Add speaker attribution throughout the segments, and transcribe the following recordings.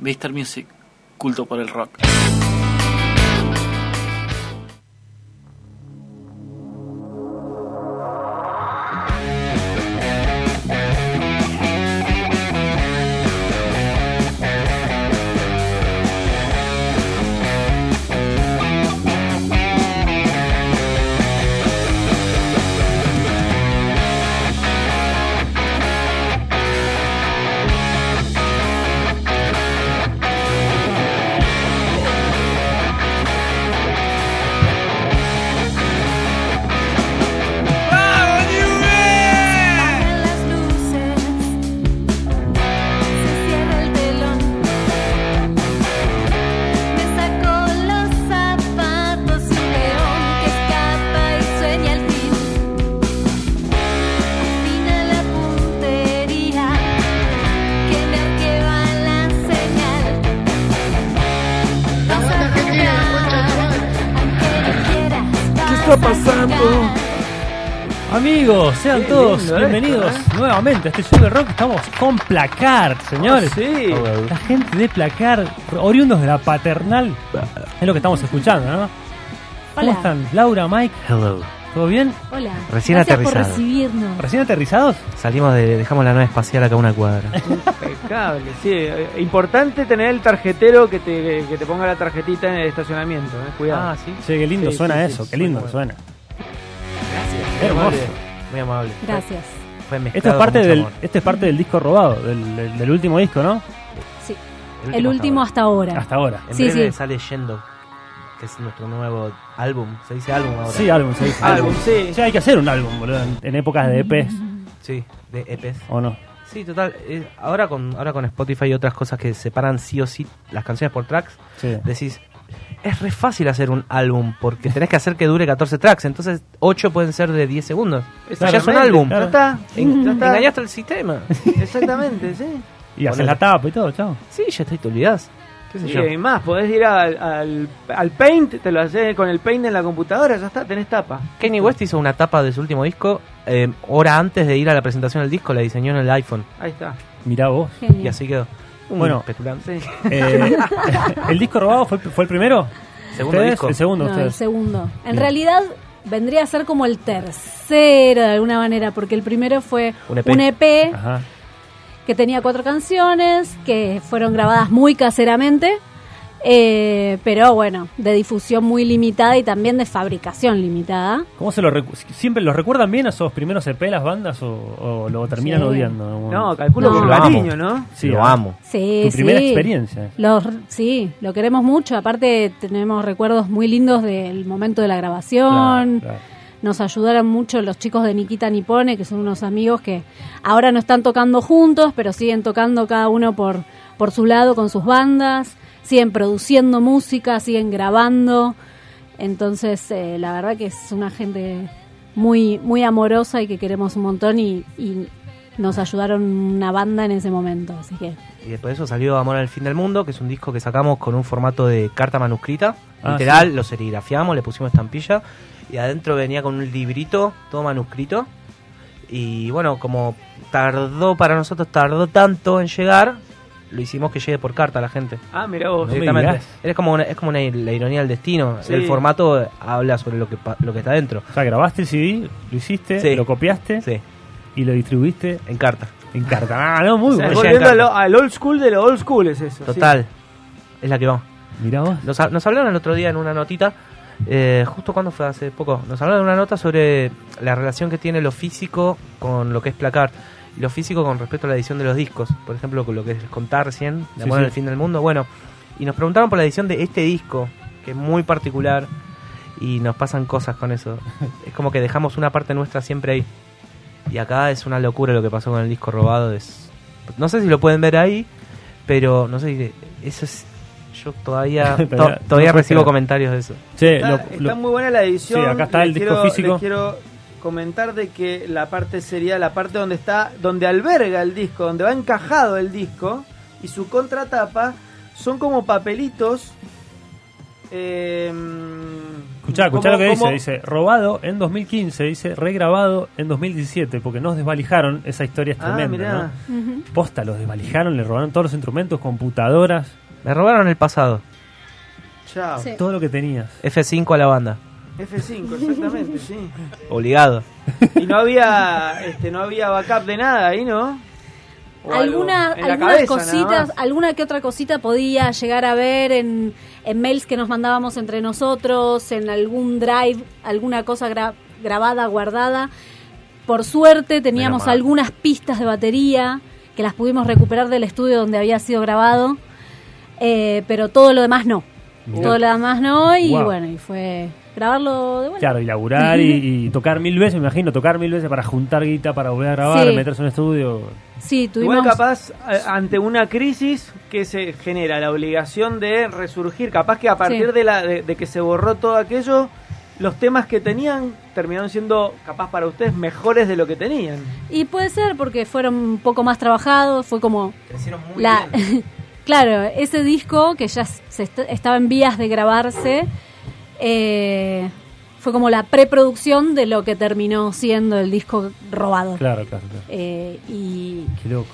Speaker 1: Mr. Music, culto por el rock.
Speaker 2: Bajan las luces, se cierra el telón. Me sacó los zapatos y un león que escapa y sueña al fin. Afina la puntería que me arqueba la señal. Vas a jugar, aunque no quieras. ¿Qué está pasando?
Speaker 3: Amigos, sean
Speaker 4: Qué
Speaker 3: todos
Speaker 4: lindo
Speaker 3: bienvenidos
Speaker 4: esto,
Speaker 3: nuevamente a este show de rock. Estamos con Placard, señores.
Speaker 4: Ah, sí.
Speaker 3: La gente de Placard, oriundos de la paternal, es lo que estamos escuchando, ¿no? ¿Cómo
Speaker 2: Hola.
Speaker 3: están? Laura, Mike,
Speaker 4: Hello.
Speaker 3: ¿todo bien?
Speaker 2: Hola.
Speaker 4: Recién
Speaker 2: Gracias por
Speaker 4: aterrizado.
Speaker 2: recibirnos.
Speaker 3: ¿Recién aterrizados?
Speaker 4: Salimos de. Dejamos la nave espacial acá a una cuadra.
Speaker 5: Impecable, sí. Eh, Importante tener el tarjetero que te, que te ponga la tarjetita en el estacionamiento, eh. cuidado.
Speaker 4: sí.
Speaker 3: Che, qué lindo
Speaker 5: Sí,
Speaker 3: suena
Speaker 5: sí, sí,
Speaker 3: eso, qué
Speaker 5: suena
Speaker 3: lindo
Speaker 5: bueno.
Speaker 3: suena.
Speaker 4: Gracias.
Speaker 3: Hermoso.
Speaker 4: Muy amable.
Speaker 2: Gracias.
Speaker 4: Fue, fue mezclado
Speaker 3: Esto es,
Speaker 4: con
Speaker 3: parte
Speaker 4: mucho
Speaker 3: del,
Speaker 4: amor.
Speaker 3: esto es parte del disco robado, del, del- del último disco, ¿no?
Speaker 2: Sí. El último hasta ahora.
Speaker 3: Hasta ahora.
Speaker 4: En
Speaker 2: Sí,
Speaker 4: breve
Speaker 2: sí.
Speaker 4: sale Yendo, que es nuestro nuevo álbum. ¿Se dice álbum ahora?
Speaker 3: Sí, ah. álbum, se dice.
Speaker 5: Álbum, sí.
Speaker 3: Ya hay que hacer un álbum, boludo, en, en épocas de EPs,
Speaker 4: Sí, de EPs.
Speaker 3: ¿o no?
Speaker 4: Sí, total. eh, ahora, con, ahora con Spotify y otras cosas que separan sí o sí las canciones por tracks,
Speaker 3: Sí.
Speaker 4: decís, es re fácil hacer un álbum porque tenés que hacer que dure 14 tracks, entonces 8 pueden ser de 10 segundos. Eso ya es un
Speaker 5: Exactamente,
Speaker 4: álbum.
Speaker 5: Ya está.
Speaker 4: En-
Speaker 5: Ya está.
Speaker 4: Engañaste al sistema.
Speaker 5: Exactamente, sí.
Speaker 3: Y haces
Speaker 4: Ponele.
Speaker 3: la tapa y todo, chao.
Speaker 4: Sí, ya está y te olvidás. ¿Qué sé
Speaker 5: Y
Speaker 4: yo?
Speaker 5: hay más, podés ir al, al, al Paint, te lo haces con el Paint en la computadora, ya está, tenés tapa.
Speaker 4: Kanye West hizo una tapa de su último disco eh, hora antes de ir a la presentación del disco, la diseñó en el iPhone
Speaker 5: Ahí está.
Speaker 3: Mirá vos.
Speaker 2: Genial.
Speaker 4: y así quedó. Un
Speaker 3: Bueno.
Speaker 4: petulante.
Speaker 5: Sí.
Speaker 3: Eh, ¿El disco robado fue, fue el primero?
Speaker 4: Segundo
Speaker 3: ¿Ustedes?
Speaker 4: disco.
Speaker 3: El segundo,
Speaker 2: No, el
Speaker 3: ustedes.
Speaker 2: segundo. En
Speaker 3: Bien.
Speaker 2: realidad vendría a ser como el tercero de alguna manera, porque el primero fue
Speaker 4: Un
Speaker 2: un
Speaker 4: EP.
Speaker 2: EP,
Speaker 3: E Ajá.
Speaker 2: que tenía cuatro canciones, que fueron grabadas muy caseramente, eh, pero bueno, de difusión muy limitada y también de fabricación limitada.
Speaker 3: ¿Cómo se lo recu- ¿Siempre los recuerdan bien a esos primeros EP las bandas o, o lo terminan
Speaker 2: Sí.
Speaker 3: odiando? en algún
Speaker 5: No,
Speaker 3: momento?
Speaker 5: calculo
Speaker 2: No.
Speaker 5: por
Speaker 2: Lo
Speaker 4: amo.
Speaker 5: cariño, ¿no?
Speaker 3: Sí,
Speaker 4: lo
Speaker 3: ah.
Speaker 4: amo.
Speaker 2: Sí,
Speaker 3: Tu primera
Speaker 2: sí.
Speaker 3: experiencia.
Speaker 2: Los- sí, lo queremos mucho. Aparte, tenemos recuerdos muy lindos del momento de la
Speaker 3: Claro,
Speaker 2: grabación.
Speaker 3: claro.
Speaker 2: Nos ayudaron mucho los chicos de Nikita Nipone, que son unos amigos que ahora no están tocando juntos, pero siguen tocando cada uno por, por su lado con sus bandas, siguen produciendo música, siguen grabando. Entonces, eh, la verdad que es una gente muy, muy amorosa y que queremos un montón y, y nos ayudaron una banda en ese momento. Así que,
Speaker 4: Y después de eso salió Amor al Fin del Mundo, que es un disco que sacamos con un formato de carta manuscrita.
Speaker 3: Ah,
Speaker 4: literal, lo serigrafiamos, le pusimos estampilla. Y adentro venía con un librito, todo manuscrito. Y bueno, como tardó para nosotros, tardó tanto en llegar, lo hicimos que llegue por carta a la gente.
Speaker 5: Ah, mira vos.
Speaker 3: No me
Speaker 4: Directamente.
Speaker 3: digas.
Speaker 4: Es como, una- es como una- la ironía del destino.
Speaker 5: Sí.
Speaker 4: El formato habla sobre lo que, pa- lo que está dentro.
Speaker 3: O sea, grabaste el CD, lo hiciste,
Speaker 4: Sí.
Speaker 3: lo copiaste
Speaker 4: Sí,
Speaker 3: y lo distribuiste
Speaker 4: en carta.
Speaker 3: en carta. Ah, no, muy
Speaker 5: O sea,
Speaker 4: me
Speaker 3: bueno.
Speaker 4: llega
Speaker 5: volviendo
Speaker 4: el
Speaker 5: a lo-
Speaker 4: cargo.
Speaker 5: al old school de lo old school es eso. sí.
Speaker 4: Total. Es la que vamos.
Speaker 3: Mirá vos.
Speaker 4: Nos, ha- nos hablaron el otro día en una notita, eh, justo cuando fue hace poco, nos hablaron en una nota sobre la relación que tiene lo físico con lo que es placar. Lo físico con respecto a la edición de los discos, por ejemplo, con lo que es contar recién, de
Speaker 3: Sí,
Speaker 4: Amor
Speaker 3: sí.
Speaker 4: al Fin del Mundo. Bueno, y nos preguntaron por la edición de este disco, que es muy particular, y nos pasan cosas con eso. es como que dejamos una parte nuestra siempre ahí. Y acá es una locura lo que pasó con el disco robado. Es... No sé si lo pueden ver ahí, pero no sé, eso es... Yo todavía, to-
Speaker 3: Todavía-
Speaker 4: todavía
Speaker 3: no puede
Speaker 4: recibo
Speaker 3: quedar.
Speaker 4: comentarios de eso.
Speaker 3: Che,
Speaker 5: Está,
Speaker 3: Eh, lo-
Speaker 5: está
Speaker 3: lo-
Speaker 5: muy buena la edición.
Speaker 3: Sí, acá está
Speaker 5: Les
Speaker 3: el disco
Speaker 5: quiero-
Speaker 3: físico.
Speaker 5: les quiero comentar de que la parte sería la parte donde está, donde alberga el disco, donde va encajado el disco y su contratapa son como papelitos Eh,
Speaker 3: Escuchá, escuchá lo que
Speaker 5: ¿cómo-
Speaker 3: dice.
Speaker 5: cómo-
Speaker 3: Dice, robado en 2015, dice, regrabado en 2017, porque nos desvalijaron. Esa historia es
Speaker 5: Ah,
Speaker 3: tremenda,
Speaker 5: mirá.
Speaker 3: ¿no? Posta, los desvalijaron, le robaron todos los instrumentos, computadoras,
Speaker 4: Me robaron el pasado.
Speaker 5: Chao.
Speaker 2: Sí.
Speaker 3: todo lo que tenías.
Speaker 4: F5 a la banda.
Speaker 5: F5, exactamente, sí.
Speaker 4: Obligado.
Speaker 5: Y no había, este, no había backup de nada ahí, ¿no? O algo.
Speaker 2: Algunas,
Speaker 5: En la
Speaker 2: algunas
Speaker 5: cabeza, nada
Speaker 2: cositas,
Speaker 5: más.
Speaker 2: alguna que otra cosita podía llegar a ver en, en mails que nos mandábamos entre nosotros, en algún drive, alguna cosa gra- grabada, guardada. Por suerte teníamos
Speaker 4: Menos mal.
Speaker 2: algunas pistas de batería que las pudimos recuperar del estudio donde había sido grabado, eh, pero todo lo demás no.
Speaker 3: Mirá.
Speaker 2: Todo lo demás no y
Speaker 3: Guau.
Speaker 2: bueno, y fue grabarlo de vuelta.
Speaker 3: Claro, y laburar y, y tocar mil veces, me imagino, tocar mil veces para juntar guita, para volver a grabar,
Speaker 2: Sí.
Speaker 3: meterse en un estudio.
Speaker 2: Sí,
Speaker 5: Igual
Speaker 2: tuvimos...
Speaker 5: capaz, a- ante una crisis que se genera la obligación de resurgir, capaz que a partir
Speaker 2: Sí.
Speaker 5: de, la, de, de que se borró todo aquello, los temas que tenían terminaron siendo, capaz para ustedes, mejores de lo que tenían.
Speaker 2: Y puede ser porque fueron un poco más trabajados, fue como
Speaker 4: Crecieron muy
Speaker 2: La- claro, ese disco que ya se est- estaba en vías de grabarse eh, fue como la preproducción de lo que terminó siendo el disco robado.
Speaker 3: Claro, claro, claro.
Speaker 2: Eh, y,
Speaker 3: Qué loco.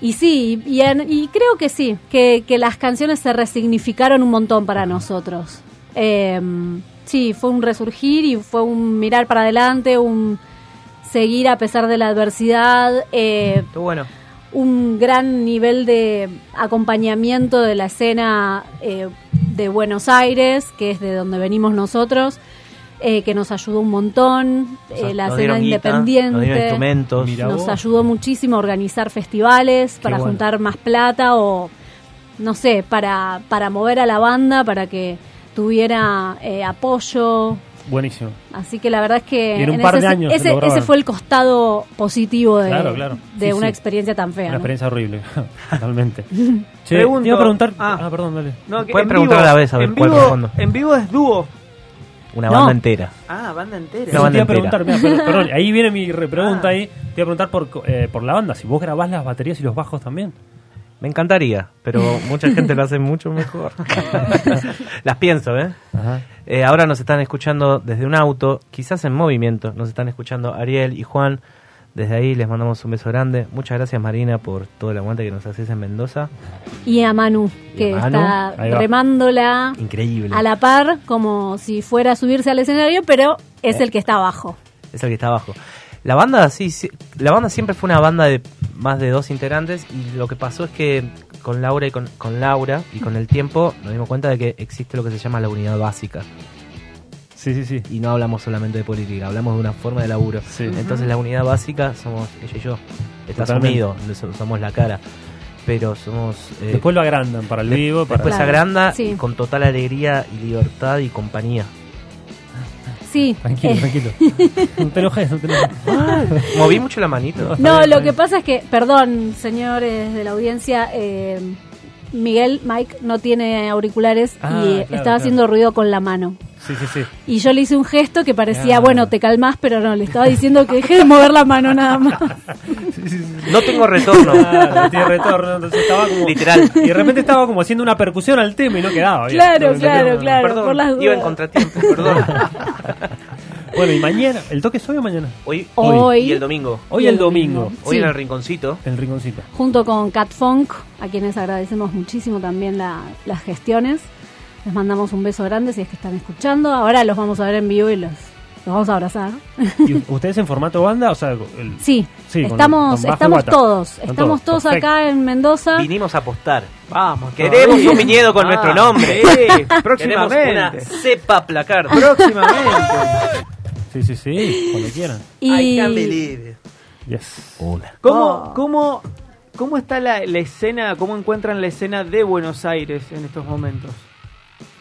Speaker 2: y sí, y, en- y creo que sí, que, que las canciones se resignificaron un montón para nosotros. Eh, sí, fue un resurgir y fue un mirar para adelante, un seguir a pesar de la adversidad. eh,
Speaker 4: Estuvo bueno.
Speaker 2: un gran nivel de acompañamiento de la escena eh, de Buenos Aires, que es de donde venimos nosotros, eh, que nos ayudó un montón,
Speaker 4: O sea,
Speaker 2: eh, la
Speaker 4: nos
Speaker 2: escena
Speaker 4: dieron guita, Nos dieron
Speaker 2: independiente
Speaker 4: instrumentos.
Speaker 3: Mira.
Speaker 2: nos
Speaker 3: vos.
Speaker 2: ayudó muchísimo a organizar festivales para
Speaker 3: bueno.
Speaker 2: juntar más plata o, no sé, para, para mover a la banda, para que tuviera eh, apoyo.
Speaker 3: Buenísimo.
Speaker 2: Así que la verdad es que
Speaker 3: Y en un par de
Speaker 2: ese,
Speaker 3: años se
Speaker 2: ese-
Speaker 3: lograron.
Speaker 2: ese fue el costado positivo de,
Speaker 3: Claro, claro.
Speaker 2: de
Speaker 3: Sí,
Speaker 2: una
Speaker 3: sí.
Speaker 2: experiencia tan fea.
Speaker 3: Una
Speaker 2: ¿no?
Speaker 3: experiencia horrible, totalmente. che,
Speaker 5: Pregunto-
Speaker 3: te iba a preguntar.
Speaker 5: Ah.
Speaker 3: Ah, perdón, dale.
Speaker 5: No, que
Speaker 4: Pueden
Speaker 5: en
Speaker 4: preguntar
Speaker 5: vivo-
Speaker 4: a la vez, a ver
Speaker 5: en
Speaker 4: cuál
Speaker 5: vivo-
Speaker 4: respondo.
Speaker 5: En vivo es dúo.
Speaker 4: Una
Speaker 2: No.
Speaker 4: banda entera.
Speaker 5: Ah, banda entera.
Speaker 4: La
Speaker 3: Sí,
Speaker 4: banda
Speaker 3: te iba a
Speaker 4: entera.
Speaker 3: preguntar, mira, per- perdón, ahí viene mi re- pregunta
Speaker 5: Ah.
Speaker 3: ahí. Te iba a preguntar por, co- eh, por la banda, si vos grabás las baterías y los bajos también.
Speaker 4: Me encantaría, pero mucha gente lo hace mucho mejor. Las pienso, ¿eh?
Speaker 3: Ajá.
Speaker 4: Eh, Ahora nos están escuchando desde un auto, quizás en movimiento. Nos están escuchando Ariel y Juan. Desde ahí les mandamos un beso grande. Muchas gracias, Marina, por todo el aguante que nos haces en Mendoza.
Speaker 2: y a Manu, que
Speaker 4: Y a Manu,
Speaker 2: está
Speaker 3: ahí va.
Speaker 2: remándola
Speaker 4: Increíble.
Speaker 2: a la par, como si fuera a subirse al escenario, pero
Speaker 3: Eh.
Speaker 2: es el que está abajo.
Speaker 4: Es el que está abajo. La banda, sí, sí, la banda siempre fue una banda de más de dos integrantes y lo que pasó es que con Laura y con, con Laura y con el tiempo nos dimos cuenta de que existe lo que se llama la unidad básica.
Speaker 3: Sí, sí, sí.
Speaker 4: y no hablamos solamente de política, hablamos de una forma de laburo.
Speaker 3: Sí.
Speaker 4: Entonces la unidad básica somos ella y yo. Estás
Speaker 3: Totalmente.
Speaker 4: unido, so- somos la cara. Pero somos... eh,
Speaker 3: Después lo agrandan para el vivo, para
Speaker 4: después se
Speaker 2: Claro,
Speaker 4: agranda
Speaker 2: sí.
Speaker 4: y con total alegría y libertad y compañía.
Speaker 2: Sí.
Speaker 3: Tranquilo,
Speaker 2: eh,
Speaker 3: tranquilo. No te enojes, no te enojes.
Speaker 2: Ah.
Speaker 4: Moví mucho la manito.
Speaker 2: no, lo que pasa es que, perdón, señores de la audiencia, eh, Miguel, Mike, no tiene auriculares
Speaker 3: Ah,
Speaker 2: y eh,
Speaker 3: claro,
Speaker 2: estaba
Speaker 3: claro.
Speaker 2: haciendo ruido con la mano.
Speaker 3: Sí, sí, sí.
Speaker 2: Y yo le hice un gesto que parecía,
Speaker 3: Claro.
Speaker 2: bueno, te calmas, pero no, le estaba diciendo que deje de mover la mano nada más.
Speaker 4: No tengo retorno.
Speaker 3: Claro, tiene retorno, entonces estaba como.
Speaker 4: Literal.
Speaker 3: Y de repente estaba como haciendo una percusión al tema y no quedaba. bien.
Speaker 2: Claro,
Speaker 3: No,
Speaker 2: claro,
Speaker 3: no, no.
Speaker 2: claro,
Speaker 4: perdón,
Speaker 2: por las
Speaker 4: iba en
Speaker 2: dudas.
Speaker 4: contratiempo, perdón.
Speaker 3: Bueno, y mañana, ¿el toque es hoy o mañana?
Speaker 4: Hoy,
Speaker 2: Hoy.
Speaker 4: y el domingo.
Speaker 3: Hoy el domingo,
Speaker 4: Hoy
Speaker 2: Sí.
Speaker 4: en el rinconcito.
Speaker 3: en el rinconcito.
Speaker 2: junto con Cat Funk, a quienes agradecemos muchísimo también la- las gestiones. Les mandamos un beso grande si es que están escuchando. Ahora los vamos a ver en vivo y los, los vamos a abrazar.
Speaker 3: ¿Y ustedes en formato banda? O sea, el-
Speaker 2: Sí,
Speaker 3: Sí, con-
Speaker 2: estamos,
Speaker 3: con bajo
Speaker 2: estamos
Speaker 3: guata.
Speaker 2: todos,
Speaker 3: Están
Speaker 2: estamos
Speaker 3: todos,
Speaker 2: todos acá en Mendoza.
Speaker 4: Vinimos a apostar.
Speaker 5: Vamos,
Speaker 4: Queremos
Speaker 5: todavía. Ah,
Speaker 4: un viñedo con nuestro nombre.
Speaker 5: sí,
Speaker 4: Queremos una
Speaker 5: próximamente.
Speaker 4: cepa placar.
Speaker 5: Próximamente.
Speaker 3: Sí, sí, sí, cuando quieran.
Speaker 2: Y
Speaker 3: Yes.
Speaker 4: Hola.
Speaker 5: ¿Cómo,
Speaker 2: Oh.
Speaker 5: cómo, cómo está la, la escena, cómo encuentran la escena de Buenos Aires en estos momentos?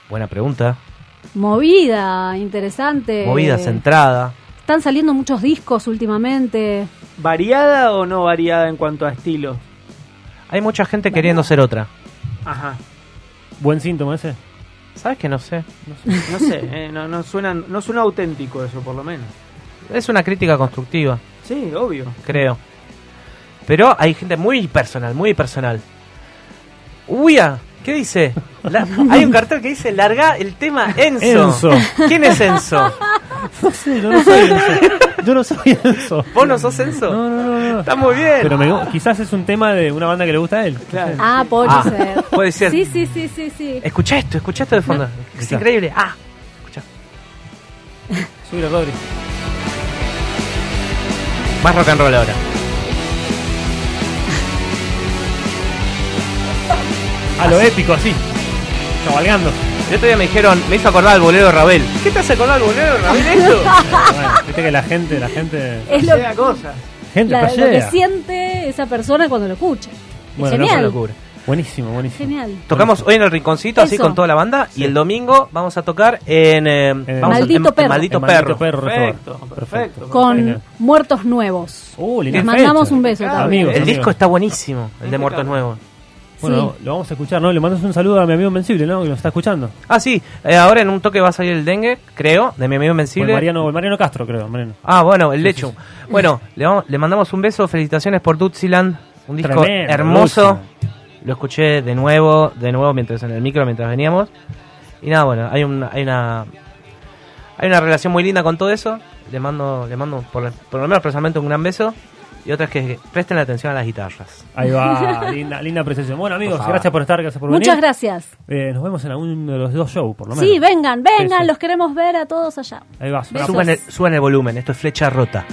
Speaker 4: Buena pregunta.
Speaker 2: movida, interesante.
Speaker 4: Movida, centrada.
Speaker 2: Están saliendo muchos discos últimamente.
Speaker 5: ¿Variada o no variada en cuanto a estilo?
Speaker 4: Hay mucha gente queriendo ser otra.
Speaker 5: Ajá.
Speaker 3: Buen síntoma ese.
Speaker 4: ¿Sabes que no sé?
Speaker 5: No sé, eh, no, no, suena, no suena auténtico eso, por lo menos.
Speaker 4: Es una crítica constructiva,
Speaker 5: Sí, obvio.
Speaker 4: creo. Pero hay gente muy personal, muy personal. Uya, ¿Qué dice? La- hay un cartel que dice larga el tema Enzo.
Speaker 3: Enzo.
Speaker 4: ¿Quién es Enzo?
Speaker 3: No sé, yo no soy Enzo. Yo no soy Enzo.
Speaker 4: ¿Vos no sos Enzo?
Speaker 3: No, no, no. no.
Speaker 4: Está muy bien.
Speaker 3: Pero me- quizás es un tema de una banda que le gusta a él.
Speaker 5: Claro.
Speaker 2: Ah, puede
Speaker 4: Ah,
Speaker 2: ser.
Speaker 4: puede ser.
Speaker 2: Sí, sí, sí, sí, sí.
Speaker 3: Eh,
Speaker 4: Escucha esto, escucha esto de fondo. Es
Speaker 3: Escuchá.
Speaker 4: increíble. Ah, escucha.
Speaker 3: Subilo, Rodri.
Speaker 4: Más rock and roll ahora.
Speaker 3: A lo épico, así. Cabalgando.
Speaker 4: El otro día me dijeron, me hizo acordar al bolero de Rabel. ¿Qué te hace acordar al bolero de Rabel esto?
Speaker 3: Bueno, viste que la gente, la gente.
Speaker 2: Es lo,
Speaker 5: Sea cosa.
Speaker 3: Gente,
Speaker 2: la- lo que
Speaker 3: flashea.
Speaker 2: siente esa persona cuando lo escucha. Es
Speaker 3: Bueno,
Speaker 4: Loco,
Speaker 2: genial.
Speaker 4: locura.
Speaker 3: Buenísimo, buenísimo.
Speaker 2: Genial.
Speaker 4: Tocamos hoy en el rinconcito, así
Speaker 2: Eso.
Speaker 4: con toda la banda. Y el domingo vamos a tocar en. eh, vamos a-
Speaker 2: Maldito
Speaker 4: en- en
Speaker 2: Perro.
Speaker 4: Maldito
Speaker 3: El
Speaker 4: Perro.
Speaker 3: maldito perro.
Speaker 5: Perfecto,
Speaker 3: Retorno.
Speaker 5: perfecto.
Speaker 2: Con
Speaker 3: Genial.
Speaker 2: Muertos Nuevos.
Speaker 3: Uh, linda
Speaker 2: Les
Speaker 3: fecha.
Speaker 2: mandamos un beso
Speaker 5: Claro.
Speaker 2: también.
Speaker 3: Amigos,
Speaker 4: El
Speaker 3: amigos.
Speaker 4: disco está buenísimo, el de
Speaker 5: Impecable.
Speaker 4: Muertos Nuevos.
Speaker 3: Bueno, lo vamos a escuchar, ¿no? Le mandas un saludo a mi amigo Invencible, ¿no? Que nos está escuchando.
Speaker 4: Ah, sí, eh, ahora en un toque va a salir el dengue, creo, de mi amigo
Speaker 3: O el
Speaker 4: Invencible.
Speaker 3: Mariano, o el Mariano Castro, creo. Mariano.
Speaker 4: Ah, bueno, el Lechu. Bueno, le, vamos- le mandamos un beso, felicitaciones por Dutziland, un disco
Speaker 3: Tremendo,
Speaker 4: hermoso. Lo escuché de nuevo, de nuevo mientras en el micro, mientras veníamos. Y nada, bueno, hay, un- hay una hay una relación muy linda con todo eso. Le mando, le mando por, por lo menos personalmente un gran beso. Y otra es que presten atención a las guitarras.
Speaker 3: Ahí va, linda, linda apreciación. Bueno, amigos,
Speaker 4: Por favor.
Speaker 3: gracias por estar, gracias por
Speaker 2: Muchas
Speaker 3: venir.
Speaker 2: gracias.
Speaker 3: Eh, nos vemos en alguno de los dos shows, por lo menos.
Speaker 2: Sí, vengan, vengan,
Speaker 3: Eso.
Speaker 2: los queremos ver a todos allá.
Speaker 3: Ahí va, suena
Speaker 2: Besos.
Speaker 4: Suban el, suban el volumen, esto es flecha rota.